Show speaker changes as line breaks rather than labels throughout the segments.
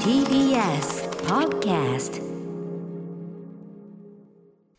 TBS Podcast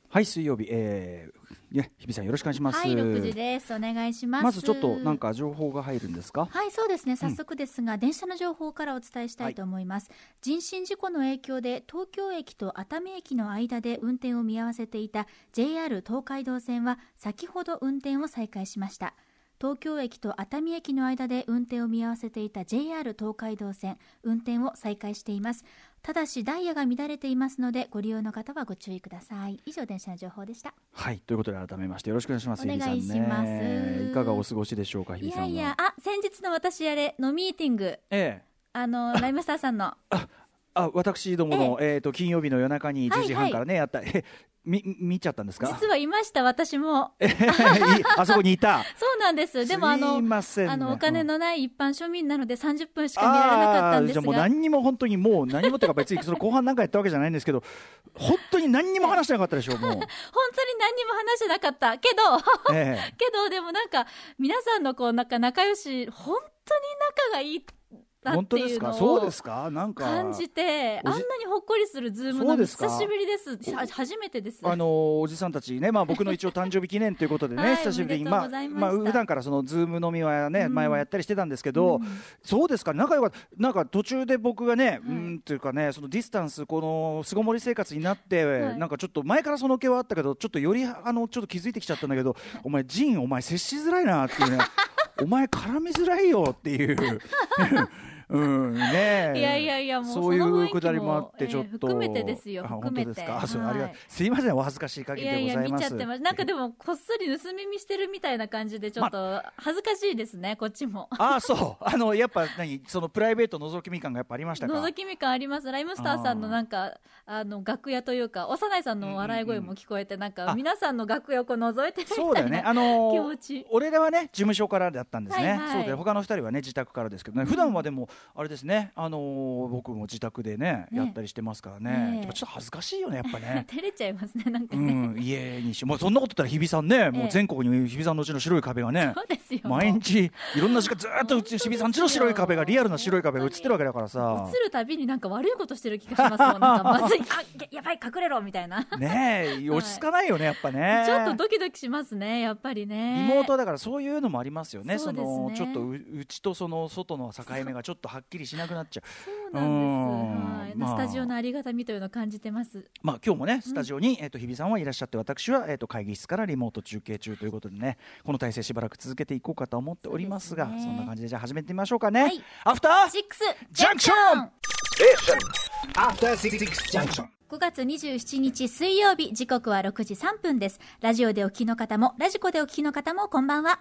はい、水曜日、えー、ね、日比さんよろしくお願いします。
はい、六時です。お願いします。
まずちょっとなん。か情報が入るんですか。
はい、そうですね。早速ですが、電車の情報からお伝えしたいと思います。人身事故の影響で、東京駅と熱海駅の間で運転を見合わせていた JR 東海道線は、先ほど運転を再開しました。東京駅と熱海駅の間で運転を見合わせていた JR 東海道線、運転を再開しています。ただし、ダイヤが乱れていますので、ご利用の方はご注意ください。以上、電車の情報でした。
はい、ということで改めましてよろしくお願いします。
お願い
日比さんね
します
いかがお過ごしでしょうか、日
い
比さん
やい
は。
や、あ、先日の私あれ、のミーティング、
ええ
あ の、ライムスターさんの、
あ、私どもの、えっ、と、金曜日の夜中に
はい
10時半からね、やった、え、み、見ちゃったんですか
実はいました、私も。
えへへいあそこにいた。
そうなん です。でも、あ
すい
の、
ませんね
あの、お金のない一般庶民なので30分しか見られなかった
あ
んで
ーじ
す
ゃあもう
が、
何にも本当にもう何もっていうか別にその後半なんかやったわけじゃないんですけど本当に何にも話してなかったでしょ うもう、
本当に何にも話してなかった。けど、
ええ
けど、でもなんか、皆さんのこう、なんか仲良し、本当に仲がいいなっ
本
て
当
い
で
う
すか
の
そう
を
ですかなんか
感じて、
お
あ
じ
んなにほっこりするズーム
そ
の
うですか
久しぶりです。は初めてです。
あのーおじさんたちね、まあ、僕の一応誕生日記念ということでね、
はい
久しぶりに、
おめでとう
あ
ございまし
まあ、
た
普段からそのズーム飲みはね、
うん
前はやったりしてたんですけど、そうですか、仲良かった、なんか途中で僕がね、うーんというかね、そのディスタンス、この巣ごもり生活になって、
はい
なんかちょっと前からその気はあったけど、ちょっとよりあのちょっと気づいてきちゃったんだけど、お前、ジン、お前、接しづらいなってい うね、お前、絡みづらいよっていう。うんねえ
いやいやいやもう
そうい
その雰囲
う
気
く
も
だりもあっ
え
て
え
ちょっと、
含めてですよ
あ
含めて
本当ですかあそうありが
はい
すいませんお恥ずかしい限
い
りで
やい
ご
や、
ざい
見
ます
ちゃってます。なんかでも、こっそり盗み見してるみたいな感じで、ちょっと、恥ずかしいですね、こっちも。
ああそうあのやっぱ何そのプライベート覗き見感がやっぱありましたか
覗き見感あります。ライムスターさんのなんか、あの、楽屋というか、幼いさんの笑い声も聞こえて、なん
あ
か、皆さんの楽屋をこう覗いてるみたいな。
そうだよねあの
気
ー
持ち
俺らはね事務所からだったんですね、
はいはい
そうだよ他の二人はね自宅からですけどね普段はでもあれですねあのー僕も自宅でね
ね
やったりしてますからね
ねえ
やっぱちょっと恥ずかしいよねやっ ぱね
照れちゃいますね、なんか
う
ね。
ん家にしもうそんなこと言ったら日比さんね、もう全国に日比さんのうちの白い壁がね
そうですよ。
毎日いろんな時間ずーっとう
本当で
ち
すよ
日比さんちの白い壁がリアルな白い壁が映ってるわけだからさ
映るたびになんか悪いことしてる気がしますも ん。なんか、まずい、あ、ややばい、隠れろみたいな。ち
ねえ落ち着かないよねやっぱね
ょっとドキドキしますね、やっぱり
リ
ね。
モートはだからそういうのもありますよね
そうですね
のちょっとううちとその外の境目がちょっとはっきりしなくなっちゃう
そうなん
う
です。はい
んま
ス
あ
タジオのありがたみというのを感じてます。
まあ今日もねスタジオに、えっと日比さんはいらっしゃって私は、えっと会議室からリモート中継中ということでねこの体制しばらく続けていこうかと思っておりますがそ
そうですね
んな感じでじゃあ始めてみましょうかね、
はい
アフター
シックス
ジャンクション
After Six Junction.
5月27日水曜日時刻は6時3分ですラジオでお聞きの方もラジコでお聞きの方もこんばんは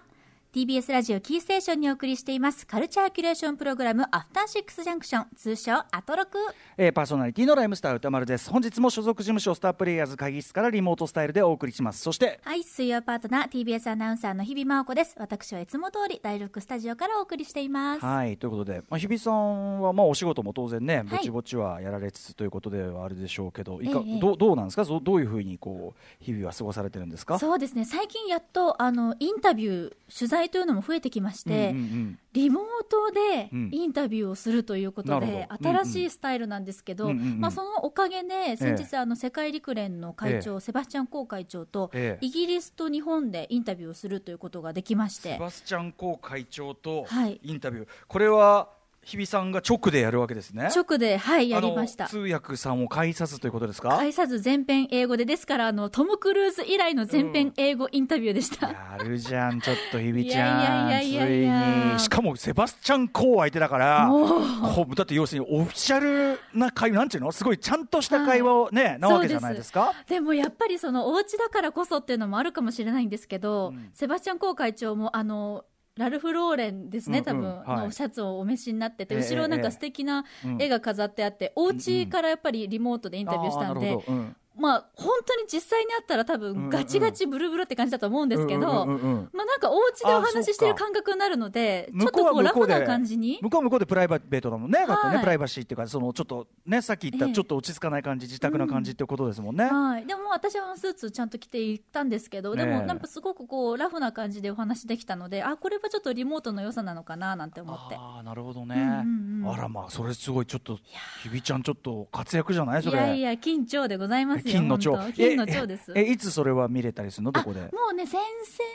TBS ラジオキーステーションにお送りしていますカルチャーキュレーションプログラムアフターシックスジャンクション通称アトロク
えーパーソナリティのライムスター歌丸です本日も所属事務所スタープレイヤーズ会議室からリモートスタイルでお送りしますそして
はい水曜パートナー TBS アナウンサーの日々真央子です私はいつも通り第6スタジオからお送りしています
はいということで、まあ、日比さんはまあお仕事も当然ね、ぼちぼちはやられつつということではあるでしょうけど、いか
ええ
どうどうなんですかそうどういうふうにこう日々は過ごされてるんですか
そうですね最近やっとあのインタビュー取材というのも増えてきまして、
うんうんうん
リモートで
うん
インタビューをするということ
なる
で
ほ、ど
新しいスタイルなんですけど、
うんうんうんうん
まあ、そのおかげで、先
え
日、あの世界陸連の会長、セバスチャン公会長と、
ええ
イギリスと日本でインタビューをするということができまし
セ
て、
バスチャン公会長と
はい
インタビュー、これは日比さんが直でやるわけですね
直で、はい、や
あの
りました
通。訳さんを介さずということですか、
返さず全編英語で、ですからあの、トム・クルーズ以来の全編英語インタビューでした。
やるじゃん、ちょっとひびちゃん、
いやいやいやいや
ついに、しかもセバスチャン公相手だから、 こうだって要するにオフィシャルな会話、なんていうの、すごいちゃんとした会話をね、なわけじゃないですか。
でもやっぱりそのお家だからこそっていうのもあるかもしれないんですけど、セバスチャン公会長もあのラルフ・ローレンですね、
うんう
多
ん
分、
はい
のシャツをお召しになってて、
ええ
後ろなん
ええ
か素敵な
うん
絵が飾ってあって、お家からやっぱりリモートでインタビューしたんで、
あーなるほどうん
まあ、本当に実際にあったら多
うんう
分
ん
ガチガチブルブルって感じだと思うんですけど、
うんうんうんうん
まあなんかお家でお
あそう
話
か
ししてる感覚になるので、ちょ
向
っと
こうは
こう
向こ
楽
うで
な感じに。
向こうは向こうでプライベートだもんね、だって
は
ね
い
プライバシーっていうかそのちょっとねさっき言っ
ええ
たちょっと落ち着かない感じ、自宅な感じっていうことですもんね、
はい、でも私はスーツちゃんと着て行ったんですけど、でも
ねえ
なんかすごくこうラフな感じでお話できたので、あこれはちょっとリモートの良さなのかななんて思って。
ああなるほどね、
うんうんうん
あらまあそれすごいちょっとひびちゃんちょっと活躍じゃないそ
い
れ
やいや、緊張でございますよ。
金の蝶
本当金の蝶です。
ええいつそれは見れたりするのどこで
もうね、先々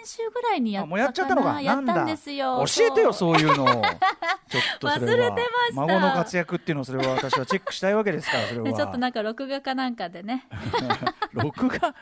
週ぐらいにやったかな。
あもうやっちゃったのか
や
な
っ
んだ
たんですよ。
教えてよそう いうのをちょっとそれは
忘れてました
孫の活躍っていうのをそれは私はチェックしたいわけですからそれ
で
は
ちょっとなんか録画かなんかでね。
録画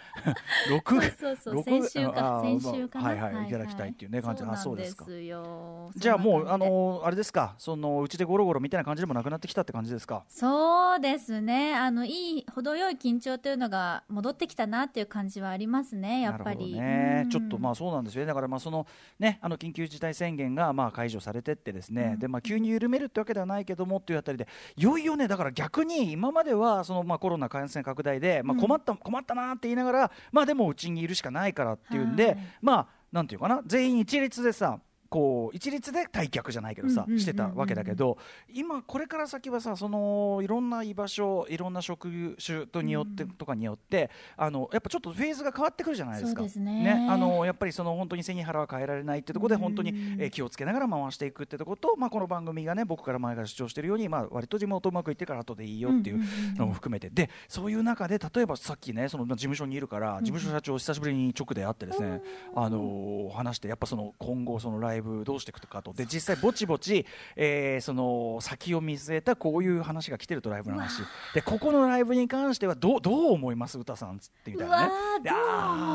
録画
そうそうそう
録画
先週か
あー
先週かな
はいはい、
はいはい
い、ただきたいっていうね感じ
そう
あ
なん
そうで
です
か
すよ。
じゃあもう
そ
あ
んな感じで
のあれですかそのうちでゴロゴロみたいな感じでもなくなってきたって感じですか
そうですね。あのいい程よい緊張というのが戻ってきたなっていう感じはありますね。やっぱり。
なるほどね
う、ん
ちょっとまあそうなんですよね、だからまあその、ね、あの緊急事態宣言がまあ解除されてって、ですね、
うん
でまあ、急に緩めるってわけではないけどもっていうあたりで、いよいよね、だから逆に今まではそのまあコロナ感染拡大で、まあ、
うん
困った、困ったなって言いながら、まあ、でもうちにいるしかないからっていうんで、
はい
まあ、なんていうかな、全員一律でさ、こう一律で退却じゃないけどさ
うんうんうんうん
してたわけだけど今これから先はさそのいろんな居場所いろんな職種とによって
うん
とかによってあのやっぱちょっとフェーズが変わってくるじゃないですか。
そうですね
あのやっぱりその本当に背に腹は変えられないってところで
うん
本当に、えー気をつけながら回していくってとこと、まあ、この番組がね僕から前から主張してるように、まあ、割と地元うまくいってから後でいいよっていう。
んんん
のも含めてでそういう中で例えばさっきねそのまあ事務所にいるから
ん
事務所社長久しぶりに直で会ってですね、あのー話してやっぱその今後そのライブどうしていくかとで実際ぼちぼち、えーその先を見据えたこういう話が来てるとライブの話でここのライブに関してはどうどう思います歌さんつってみた
う
いな
わ
ね。
ー
で
ど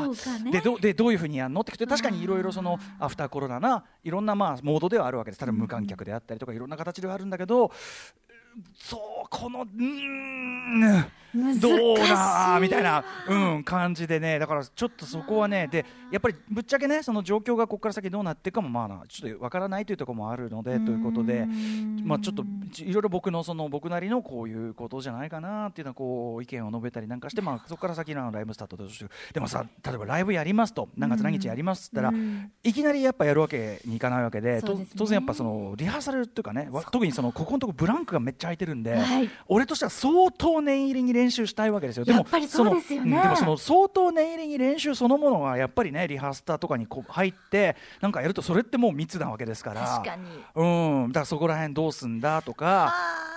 う思うかね。
でどうでどういうふうにやるのって聞くと確かにいろいろその
あー
アフターコロナないろんなまあモードではあるわけです例えば無観客であったりとかいろんな形ではあるんだけど、そうこのうーん
難しい
どうだみたいな、うん、感じでねだからちょっとそこはねでやっぱりぶっちゃけねその状況がここから先どうなっていくかもまあなちょっとわからないというところもあるのでということで
う。ん
まあ、ちょっとちいろいろ僕のその僕なりのこういうことじゃないかなっていうのはこう意見を述べたりなんかして、まあ、そこから先のライブスタートとしてでもさ例えばライブやりますと何月何日やりますって言ったら、
うん
いきなりやっぱやるわけにいかないわけで
そう
と
ですね
当然やっぱそのリハーサルっていうかねわ特にそのここのとこブランクがめっちゃ空いてるんで、
はい
俺としては相当念入りに練習したいわけですよでも
やっぱりそうですよね
のうんでもその相当念入りに練習そのものがやっぱりねリハースターとかにこう入ってなんかやるとそれってもう密なわけですから
確かに。
うん、だからそこら辺どうすんだとか。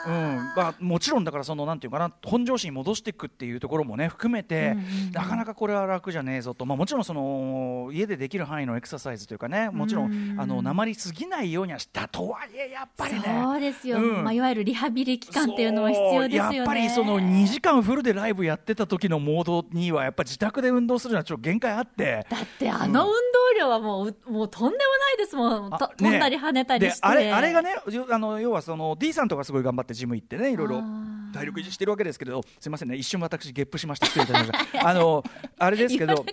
うんまあ、もちろんだからそのなんていうかな本調子に戻していくっていうところもね含めて、
うんうんうん
なかなかこれは楽じゃねえぞと、まあ、もちろんその家でできる範囲のエクササイズというかねもちろん、
うんうん
あの鉛すぎないようにはしたとはいえやっぱりね
そうですよ、
うん
まあ、いわゆるリハビリ期間っていうのは必要ですよ
そう
ね。
やっぱりその2時間フルでライブやってた時のモードにはやっぱ自宅で運動するのはちょっと限界あって。
だってあの運動量はもう,、もうとんでもないですもん、
あ
と
ね
飛んだり跳ねたり
で
して。
あれあれがねよあの要はその D さんとかすごい頑張ってジム行ってねいろい
あ
ろ
ー
体力維持してるわけですけどすいませんね一瞬私ゲップしました失礼いたしましたあのあれですけど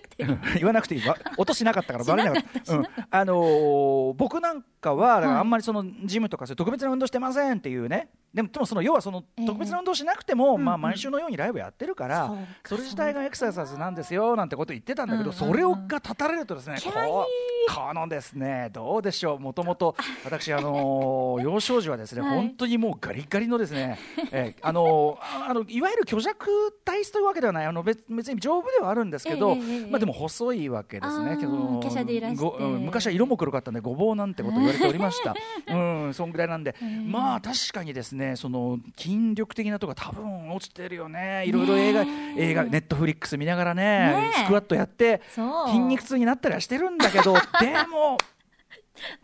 言わなくていいわ音しなかったからバレなかったうんあのー僕なんかはだからあんまりそのジムとかそういう特別な運動してませんっていうねでもでもその要はその
ええ
特別な運動しなくても、ま
う
あ
んうん
毎週のようにライブやってるから、
そうか
それ自体がエクササイズなんですよなんてこと言ってたんだけど、
うんうんうん
それをが立たれるとですね
キャイ
こうこのですねどうでしょうもともと私 あのー幼少時はですね、
はい
本当にもうガリガリのですね、えーあのーああのいわゆる虚弱体質というわけではないあの別別に丈夫ではあるんですけど、
ええええええ
まあでも細いわけです
あ
ね
ー
けど
華奢でいらして
ごうん昔は色も黒かったんでごぼうなんてこと言われておりました うんそんぐらいなんで、
え
まあ確かにですねその筋力的なとこ多分落ちてるよねいろいろ映画、
ねえ
映画ネットフリックス見ながらね
ねえ
スクワットやって
そう
筋肉痛になったりはしてるん だけどでも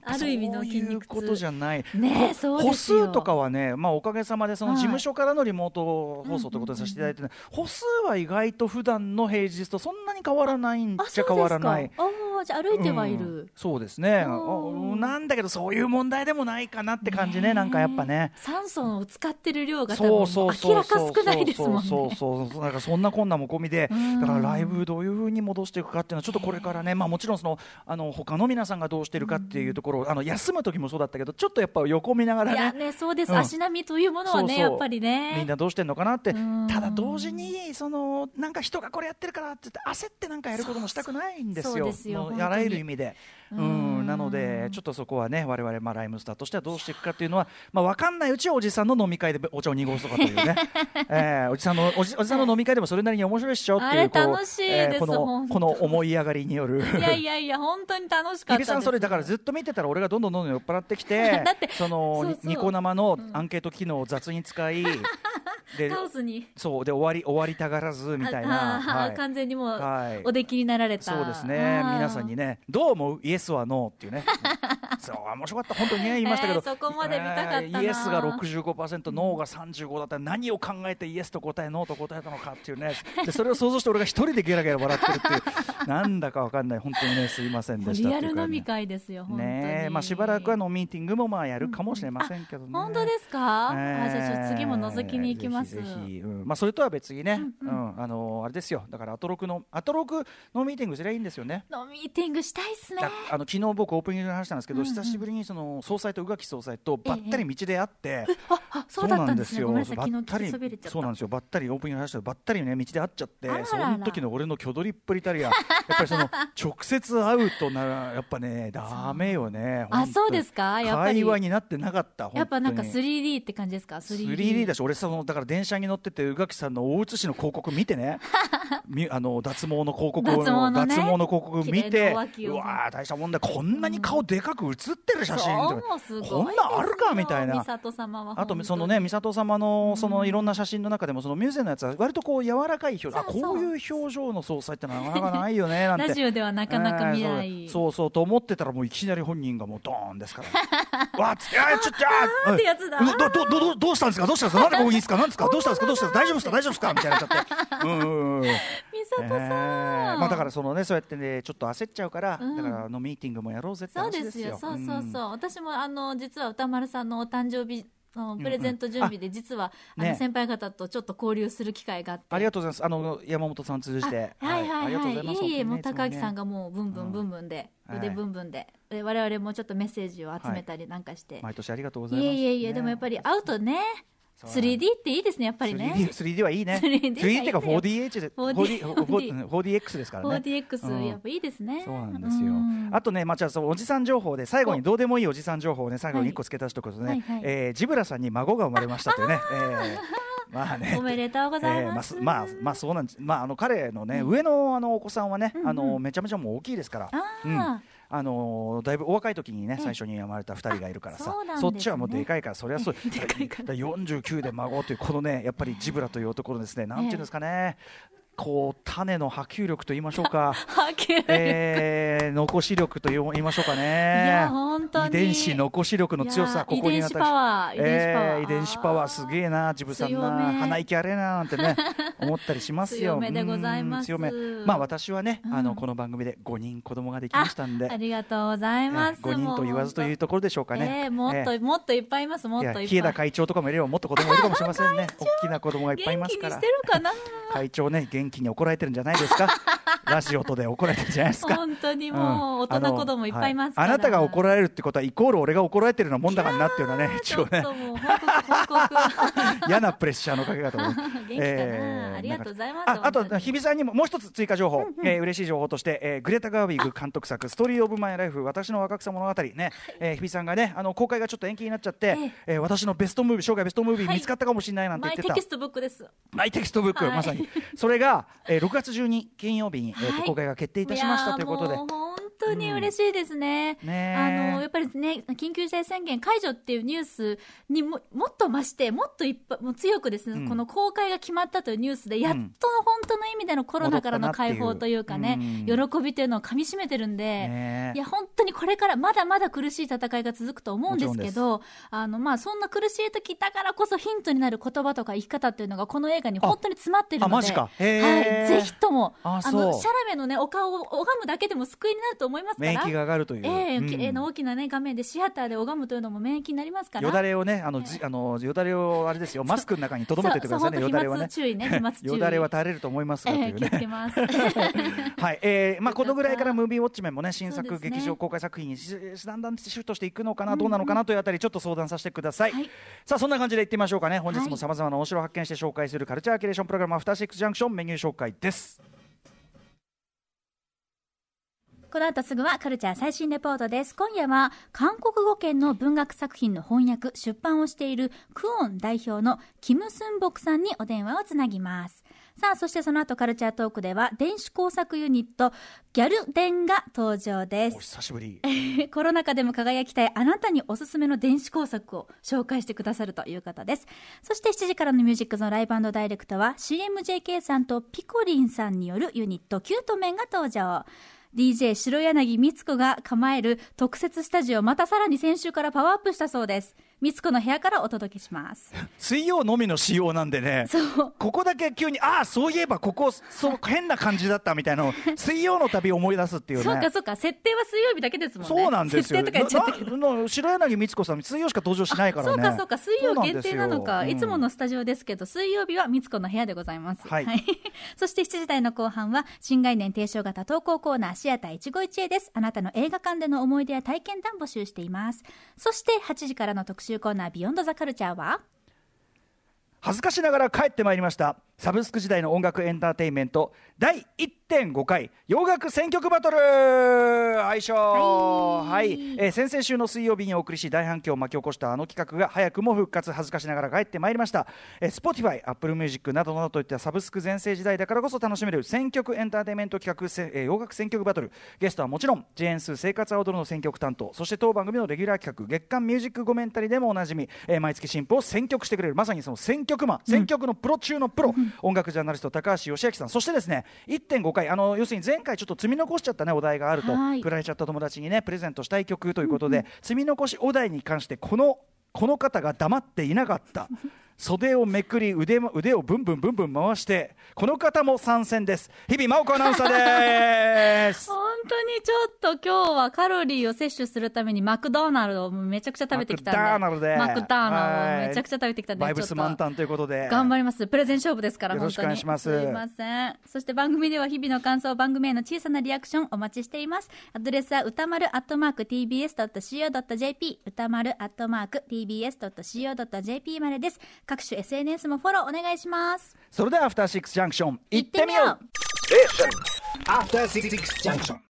ある意味の筋肉痛
そういうことじゃない
ねえ
ほ
そうで
歩
すよ
数とかはね、まあ、おかげさまでその
はい
事務所からのリモート放送ということにさせていただいてね、歩数は意外と普段の平日とそんなに変わらないん
あ
じゃ変わらな
そう
い。
ですかああじゃあ歩いてはいる、
うんそうですね
おー
あなんだけどそういう問題でもないかなって感じね
え
なんかやっぱね
酸素を使ってる量が多分
そうそうそう
明らか少ないですもんね
そうそうそうなんかそんなこんなも込みで
うん
だからライブどういうふうに戻していくかっていうのはちょっとこれからねまあもちろんそのあの他の皆さんがどうしてるかっていうところあの休む時もそうだったけどちょっとやっぱ横見なが
いや
らね
ねそうです、
うん
足並みというものはね
そうそう
やっぱりね
みんなどうしてんのかなって
うん
ただ同時にそのなんか人がこれやってるからって言って焦ってなんかやることもしたくないんです
そう
よ
そうそうですよ
もう
本当に
あらゆる意味でうん
うん
なのでちょっとそこはね我々まあライムスターとしてはどうしていくかっていうのはまあわかんないうちはおじさんの飲み会でお茶を濁すとかとい うねえーおじさんのおじおじさんの飲み会でもそれなりに面白いっしょって
あ
い
れ
うこう
楽しいで
えー
す
この
本当
この思い上がりによる
いやいやいや本当に楽しかった
日
で
比
す
さんそれだからずっと見てたら俺がどんどんどんどん酔っ払ってきて
だって
その
そうそう
ニコ生のアンケート機能を雑に使 いで
カオスに
そうで終わり終わりたがらずみた
ああ
いな、
ー
はい、
完全にもう、
はい
お出来になられた
そうですね皆さんに
ね
ねどう思うイエスはノーっていうねそう面白かった本当にね言いましたけど、
えーそこまで見たかったな
えーイエスが65%ノーが35だったら何を考えてイエスと答えノーと答えたのかっていうねでそれを想像して俺が一人でゲラゲラ笑ってるっていうなんだかわかんない本当にねすいませんでした
リア
っていう
ル
か
飲
ね
み会ですよ本当に
ねえ、まあ、しばらくはのミーティングもまあやるかもしれませんけどね。
本当ですか、
ねえ
あじゃあちょっと次も覗きに行きます
ぜひぜひうんまあ、それとは別にね、うんあのあれですよだからアトロクのアトロクのミーティングすればいいんですよね。
のミーティングしたいっすね
だあの昨日僕オープニングで話したんですけど、久しぶりにその総裁と宇垣総裁とばったり道で会って、
ああそうだったんですねごめんなさい
ば
昨日聞
った
き
り
そびれちゃった
そうなんですよばったりオープニングの話でばったりね道で会っちゃっ
あ
て
ららら
その時の俺の挙取りっぷりたりがやっぱ りその直接会うとならやっぱねダメよね
あ
本当に
そうですかやっぱり
会話になってなかった
やっぱなんか
本当に
3D って感じですか 3D,
3D だし俺さそのだから電車に乗ってて宇垣さんの大津市の広告見て ねみあの脱毛の広告
脱
を
毛のね
脱毛の広告を見
綺麗
て
なお脇を
うわー大したもんだこんなに顔でかく写ってる写真
そう
とか
もうすごいですよ
こんなんあるかみたいな
美里様は
あ
本当
と
に
そのね美里様のそのいろんな写真の中でもそのミューゼのやつは割とこう柔らかい表情あ
そうそう
こういう表情の総裁ってなかなかないよねなんて
ラジオではなかなか見な
えー
い、
そうそうそうと思ってたらもういきなり本人がもうドーンですから わっつってあーちょっとあー
ってやつだ
うんどどどどどうしたんですかどうしたん ですかなんでここにいいですかなんですかどうしたんですかどうしたんですか大丈夫ですか大丈夫ですかみたいになっち ゃってうんうんうんうん
美里さん、
えーまあだからそのねそうやってねちょっと焦っちゃうから、
うん
だからあのミーティングもやろうぜって
そう
話
で
ですすよ
よそうそうそう、
ん
私もあの実は歌丸さんのお誕生日のプレゼント準備で実は、
ね
あの先輩方とちょっと交流する機会があって
ありがとうございますあの山本さん通じて
あはいはいはい、い、えいえもう高
木
木さん
が
がもうブンブ
うん
ンブンブンで、
はい
腕ブンブンでで我々もちょっとメッセージを集めたりなんかして、
毎年ありがとうござ
い、
いま
え
す
いえいえ、でもやっぱり会うとね
そう
3D っていいですねやっぱりね
3D, 3D はいいね
3D はいいん
3D っ
だよ
ていうか 4DH で
4D
4DX ですからね
4DX やっぱいいですね、
そうなんですよ
うん。
あとね、まあ、じゃあそのおじさん情報で最後にどうでもいいおじさん情報をね最後に一個付け足しておくとね、
はいはいはい
えージブラさんに孫が生まれました ってね。えーまあね。
おめでとうございます、
えーまあ、まあ、まあ、そうなんです。まあ、あの、彼のね、上の、あの、お子さんはね、あの、めちゃめちゃもう大きいですから。
あー
うんあのーだいぶお若い時にね、
ええ
最初に生まれた二人がいるからさ
あそうなんですね
っちはもうでかいからそり ゃそうで49で孫というこのねやっぱりジブラという男のですね、なんていうんです かねこう種の波及力と言いましょう
は
か、
ける
えー、残し力と言いましょうかね
いや本当に
遺伝子残し力の強
いや
さここに
遺伝子パワー遺伝子パワー、
えー遺伝子パワーすげえなジブさん
強
な
め
鼻息荒れななんて ね思ったりしますよ
強めでございます
うん強めまあ私はね、
うん
あのこの番組で5人子供ができましたんで
ありがとうございます、
えー5人と言わずというところでしょうかね。
えーもっと、
えー
もっといっぱいいますもっ
い
とい
や
っぱい
日枝会長とかもいればもっと子供いるかもしれませ んね。大きな子供がいっぱいいま
元気に
すか
し
ら
て。るかな
会長ね、元気に怒られてるんじゃない ですか。ラジオとで怒られてるんじゃないですか。
本当にもう大人子供いっぱいいますから、
あのはあなたが怒られるってことはイコール俺が怒られてるようなもんだからなっていうのはね、
ち
一
ょ
応
っ
ね
と、もう報告報告
嫌なプレッシャーのかけ方も。
元気かな、ありがとうございます
ああ
本当
と
に
日比さんにももう一つ追加情報、えー嬉しい情報として、えーグレタ・ガーウィグ監督作「ストーリー・オブ・マイ・ライフ私の若草物語ね」えー日比さんがねあの公開がちょっと延期になっちゃって、
え
えー私のベストムービー生涯ベストムービー
はい
見つかったかもしれないなんて
マ
言っ
イ
て
テ
た、
キストブックです
マイテキストブック、
はい
まさにそれが、えー6月12日金曜日に、えーと
はい
公開が決定いたしましたということで
やもう本当に嬉しいですね。
うんねえ
あのやっぱりね緊急事態宣言解除っていうニュースにももっと増してもっといっぱいもう強くですね、
うん
この公開が決まったというニュースでやっと
う
の
ん
本当の意味でのコロナからの解放というかね
戻ったな
喜びというのをかみしめてるんで。
ね
いや本当にこれからまだまだ苦しい戦いが続くと思うんですけ
もち
どあの、まあ、そんな苦しい時だからこそヒントになる言葉とか生き方っていうのがこの映画に本当に詰まってるので
あマジかへ
は
ー
い、ぜひとも
あ
あ
そう
のシャラメの、ね、お顔を拝むだけでも救いになると思いますから
免疫が上がるという、
ええ
うん
綺麗な大きな、ね、画面でシアターで拝むというのも免疫になりますから。
よだれをねあの、じあ のよだれをあれですよマスクの中にとどめておいてくださいね
そうそ
よ
う
だ
本
れ
当
は
飛沫注
ね
意ね飛沫注意
よだれは垂れると思いますがと
え
い
え
う
気
ね
をつけます。
はい、えー、まあこのぐらいからムービーウォッチメンもね新
そう
作
ですね
劇場公開作品にしだんだんシフトしていくのかなどうなのかなというあたりちょっと相談させてください、
はい
さあそんな感じでいってみましょうかね本日
は
も
い
さまざまなお城を発見して紹介するカルチャーキュレーションプログラム「アフターシックスジャンクション」メニュー紹介です
この後すぐはカルチャー最新レポートです。今夜は韓国語圏の文学作品の翻訳、出版をしているクオン代表のキム・スンボクさんにお電話をつなぎます。さあ、そしてその後カルチャートークでは電子工作ユニットギャルデンが登場で
お
す。
久しぶり
コロナ禍でも輝きたいあなたにおすすめの電子工作を紹介してくださるという方です。そして7時からのミュージックゾーンライブダイレクトは CMJK さんとピコリンさんによるユニットキュートメンが登場。DJ 白柳光子が構える特設スタジオまたさらに先週からパワーアップしたそうです。光子の部屋からお届けし ます。
水曜のみの仕様なんでね
そう
ここだけ急にああそういえばここそう変な感じだったみたいなのを水曜の旅思い出すっていうね
そうかそうか、設定は水曜日だけですもんね。
そうなんですよ。
設定とか言っちゃったけど。
なな白柳光子さん、水曜しか登場しないからね。
そうかそうか、水曜
そうなん
限
です
定
よ
なのか、
うん
いつものスタジオですけど、水曜日はみつこの部屋でございます。
はい
そして7時台の後半は、新概念提唱型投稿コーナーシアター一期一会です。あなたの映画館での思い出や体験談募集しています。そして8時からの特集コーナービヨンドザカルチャーは、
恥ずかしながら帰ってまいりました。サブスク時代の音楽エンターテインメント第1.5回洋楽選曲バトル相性
は
はいい、えー先々週の水曜日にお送りし大反響を巻き起こしたあの企画が早くも復活恥ずかしながら帰ってまいりました、えー、Spotify、Apple Music などなどといったサブスク全盛時代だからこそ楽しめる選曲エンターテインメント企画、せえー洋楽選曲バトルゲストはもちろんジェーンスー生活は踊るの選曲担当そして当番組のレギュラー企画月間ミュージックコメンタリーでもおなじみ、えー毎月新譜を選曲してくれるまさにその選曲マン、選曲のプロ中のプロ、音楽ジャーナリスト高橋義明さんそしてですね1.5回あの要するに前回ちょっと積み残しちゃったねお題があると
はい
振られちゃった友達にねプレゼントしたい曲ということで、積み残しお題に関してこのこの方が黙っていなかった袖をめくり腕も腕をブンブンブンブン回してこの方も参戦です日々真央子アナウンサーです
本当にちょっと今日はカロリーを摂取するためにマクドナルドをめちゃくち ゃ食べてきたんで。
マクダーナルドで
マクダーナルドを
はい
めちゃくちゃ食べてきたんで。
バイブ
ちょ
ス
っと
満タンということで
頑張ります。プレゼン勝負ですから、
よ
本
ろしく
当に。
お願いします
いません。そして番組では日々の感想、番組への小さなリアクションお待ちしています。アドレスは歌丸アットマーク tbs.co.jp 歌丸アットマーク tbs.co.jp までです。各種 SNS もフォローお願いします。
それではアフターシックスジャンクション行ってみよう
After Six Junction.